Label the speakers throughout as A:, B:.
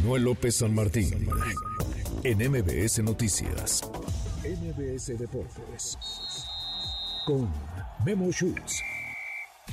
A: Manuel López San Martín en MBS Noticias. MBS Deportes con Memo Schutz.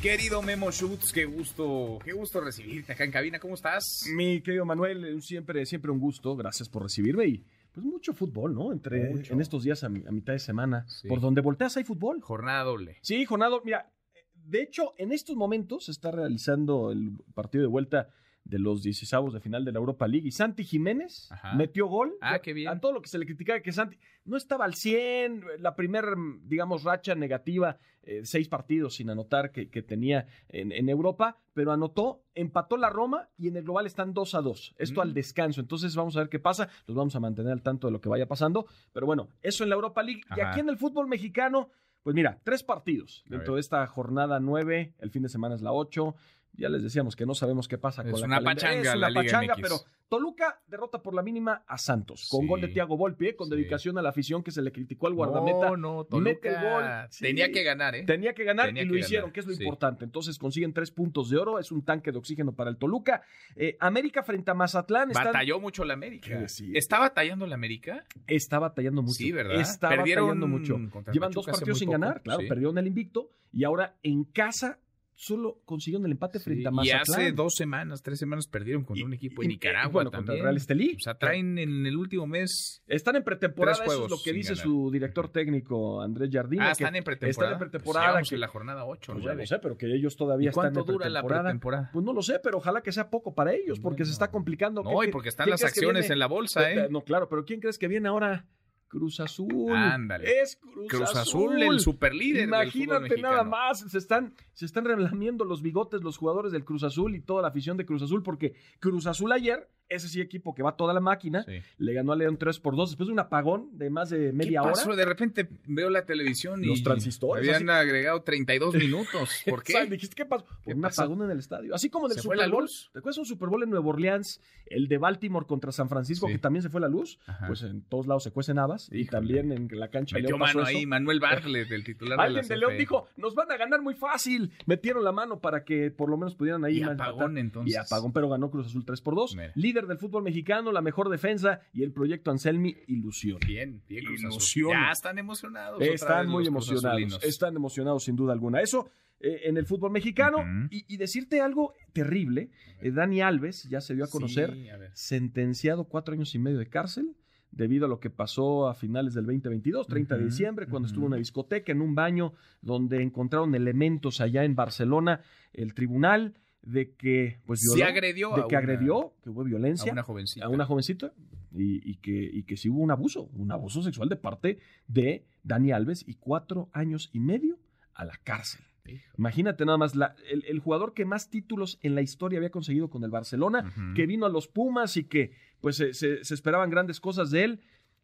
B: Querido Memo Schutz, qué gusto, qué gusto recibirte acá en cabina. ¿Cómo estás?
C: Mi querido Manuel, siempre, siempre un gusto. Gracias por recibirme y pues mucho fútbol, ¿no? Entre
B: Mucho.
C: en estos días a, mi- a mitad de semana,
B: Sí.
C: por donde volteas hay fútbol.
B: Jornada doble.
C: Sí, jornada. Mira, de hecho, en estos momentos se está realizando el partido de vuelta de los 16avos de final de la Europa League y Santi Jiménez
B: Ajá.
C: metió gol.
B: Ah, qué bien.
C: A todo lo que se le criticaba que Santi no estaba al 100, la primera, digamos, racha negativa, eh, seis partidos sin anotar que, que tenía en, en Europa, pero anotó, empató la Roma y en el global están 2 a 2. Esto
B: Mm.
C: al descanso. Entonces vamos a ver qué pasa, los vamos a mantener al tanto de lo que vaya pasando. Pero bueno, eso en la Europa League. Y
B: Ajá.
C: aquí en el fútbol mexicano, pues mira, tres partidos
B: A
C: dentro
B: ver.
C: de esta jornada nueve, el fin de semana es la ocho. Ya les decíamos que no sabemos qué pasa
B: Es
C: con la
B: una
C: calendar-
B: pachanga
C: Es una
B: la Liga
C: pachanga,
B: MX.
C: pero Toluca derrota por la mínima a Santos, con
B: Sí.
C: gol de Tiago Volpi, ¿eh? con
B: Sí.
C: dedicación a la afición que se le criticó al guardameta.
B: No, no,
C: Mete el
B: Toluca
C: gol. Sí.
B: Tenía que ganar, ¿eh?
C: Tenía que ganar
B: Tenía
C: y
B: que
C: lo hicieron,
B: ganar,
C: que es lo
B: sí.
C: importante. Entonces consiguen tres puntos de oro, es un tanque de oxígeno para el Toluca. Eh, América frente a Mazatlán están-
B: Batalló mucho la América.
C: ¿Qué decir?
B: ¿Está batallando la América?
C: está batallando mucho.
B: Sí, ¿verdad?
C: Está batallando mucho.
B: contra
C: Llevan
B: Pachuca
C: dos
B: hace
C: partidos
B: muy
C: sin
B: poco,
C: ganar, claro,
B: sí.
C: perdieron el invicto y ahora en casa solo consiguieron el empate
B: Sí,
C: frente a
B: Y
C: Mazatlán.
B: hace dos semanas, tres semanas perdieron contra un equipo
C: Y-
B: en
C: y-
B: Nicaragua
C: bueno, contra
B: también.
C: el Real Estelí.
B: O sea, traen en el último mes.
C: Están en pretemporada,
B: Tres
C: eso es
B: juegos
C: lo que
B: sin
C: dice
B: ganar.
C: su director técnico Andrés Jardine.
B: Ah,
C: que-
B: están en pretemporada.
C: están en pretemporada,
B: Pues,
C: que-
B: que... en la jornada 8,
C: pues ya lo sé, pero que ellos todavía están en
B: ¿Cuánto dura la
C: pretemporada.
B: pretemporada?
C: Pues no lo sé, pero ojalá que sea poco para ellos, porque se
B: Bueno.
C: está complicando.
B: No, y porque están las acciones en la bolsa, ¿eh?
C: No, claro, pero ¿quién crees que viene ahora? Cruz Azul.
B: Ándale.
C: Es Cruz,
B: Cruz Azul, el superlíder
C: Imagínate
B: del fútbol
C: nada
B: mexicano.
C: más, se están, se están relamiendo los bigotes los jugadores del Cruz Azul y toda la afición de Cruz Azul, porque Cruz Azul ayer, ese sí equipo que va toda la máquina,
B: Sí.
C: le ganó a León 3 por 2 después de un apagón de más de media
B: ¿Qué
C: hora.
B: pasó? De repente veo la televisión y
C: Los transistores,
B: habían agregado 32 minutos. ¿Por
C: O sea,
B: qué?
C: dijiste, ¿qué pasó?
B: ¿Qué
C: Por un
B: pasó?
C: apagón en el estadio. Así como en el
B: ¿Se fue
C: Super
B: la
C: Bowl.
B: luz?
C: ¿Te acuerdas un Super Bowl en Nueva Orleans? El de Baltimore contra San Francisco,
B: Sí.
C: que también se fue la luz.
B: Ajá.
C: Pues en todos lados se cuecen habas. Y
B: Híjole.
C: también en la cancha de
B: Metió
C: León pasó
B: mano
C: eso.
B: ahí Manuel Bartlett, el titular de la E.
C: Alguien de León
B: CFE.
C: dijo, nos van a ganar muy fácil. Metieron la mano para que por lo menos pudieran ahí
B: Y
C: matar.
B: apagón, entonces.
C: Y apagón, pero ganó Cruz Azul 3 por 2.
B: Mira.
C: Líder del fútbol mexicano, la mejor defensa y el proyecto Anselmi Ilusión.
B: Bien, bien Cruz Azul.
C: Ilusiona.
B: Ya están emocionados. otra
C: Están
B: vez
C: muy
B: los Cruz
C: emocionados,
B: Azulinos.
C: están emocionados sin duda alguna. Eso eh, en el fútbol mexicano.
B: Ujú.
C: y, y decirte algo terrible, eh, Dani Alves ya se dio a conocer,
B: Sí, a ver.
C: sentenciado cuatro años y medio de cárcel debido a lo que pasó a finales del 2022, 30 de
B: Ujú,
C: diciembre, cuando estuvo
B: ujú.
C: en una discoteca, en un baño donde encontraron elementos allá en Barcelona, el tribunal de que pues
B: Sí
C: violó,
B: agredió
C: de
B: a
C: que
B: una-
C: agredió, que hubo
B: a
C: violencia
B: una jovencita.
C: a una jovencita y, y que, y que sí hubo un abuso, un abuso sexual de parte de Dani Alves y cuatro años y medio a la cárcel.
B: Híjole.
C: Imagínate nada más, la- el, el jugador que más títulos en la historia había conseguido con el Barcelona,
B: Ujú.
C: que vino a los Pumas y que pues se, se- se esperaban grandes cosas de él,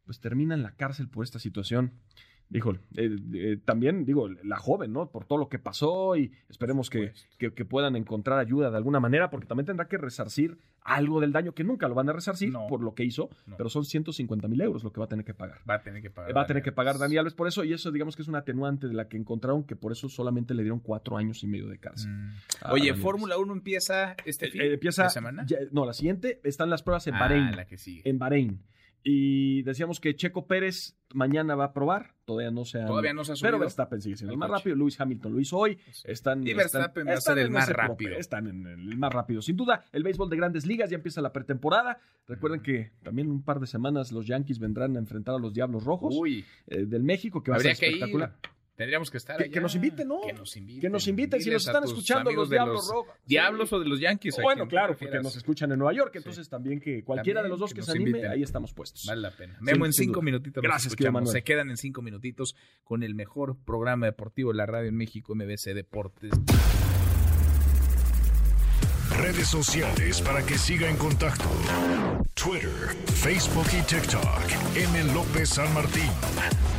C: pues termina en la cárcel por esta situación. Dijo, también digo, la joven, ¿no? Por todo lo que pasó y esperemos que,
B: supuesto.
C: que- que puedan encontrar ayuda de alguna manera, porque también tendrá que resarcir algo del daño que nunca lo van a resarcir
B: No.
C: por lo que hizo,
B: No.
C: pero son 150 mil euros lo que va a tener que pagar.
B: Va a tener que pagar.
C: Va a tener
B: Dani
C: que pagar
B: Alves.
C: Dani Alves por eso, y eso digamos que es una atenuante de la que encontraron, que por eso solamente le dieron cuatro años y medio de cárcel.
B: Mm.
C: a Dani
B: Oye,
C: Alves.
B: Fórmula 1 empieza este
C: Eh,
B: fin
C: eh, empieza,
B: de semana.
C: ya- no, la siguiente están las pruebas en
B: Ah,
C: Bahrein.
B: la que sigue.
C: En Bahrein. Y decíamos que Checo Pérez mañana va a probar, todavía no se ha...
B: Todavía no se ha subido.
C: pero Verstappen sigue siendo el
B: al
C: más
B: coche.
C: rápido, Lewis Hamilton lo hizo hoy, están,
B: Y Verstappen va a ser
C: en
B: el más
C: ese
B: rápido.
C: prope- Están en el más rápido. Sin duda, el béisbol de grandes ligas ya empieza la pretemporada. Recuerden
B: Ujú.
C: que también en un par de semanas los Yankees vendrán a enfrentar a los Diablos Rojos
B: Uy,
C: eh, del México, que va
B: habría
C: a ser
B: que ir.
C: espectacular.
B: Tendríamos que estar
C: Que-
B: allá.
C: que nos inviten, ¿no?
B: Que nos inviten.
C: Que nos inviten, si
B: Diles
C: nos
B: a
C: están
B: tus
C: escuchando
B: amigos
C: los
B: de
C: Diablos Rojos.
B: Diablos o de los Yankees. a
C: Bueno,
B: quien tú
C: claro, porque
B: prefieras.
C: nos escuchan en Nueva York,
B: Sí.
C: entonces también que cualquiera
B: También
C: de los dos
B: que
C: que, se
B: nos
C: anime,
B: inviten.
C: ahí estamos puestos.
B: Vale la pena. Memo, en
C: sin
B: cinco
C: duda.
B: minutitos. nos
C: Gracias, querido
B: escuchamos.
C: Manuel.
B: Se quedan en cinco minutitos con el mejor programa deportivo de la radio en México, MBC Deportes.
A: Redes sociales para que siga en contacto: Twitter, Facebook y TikTok. M. López San Martín.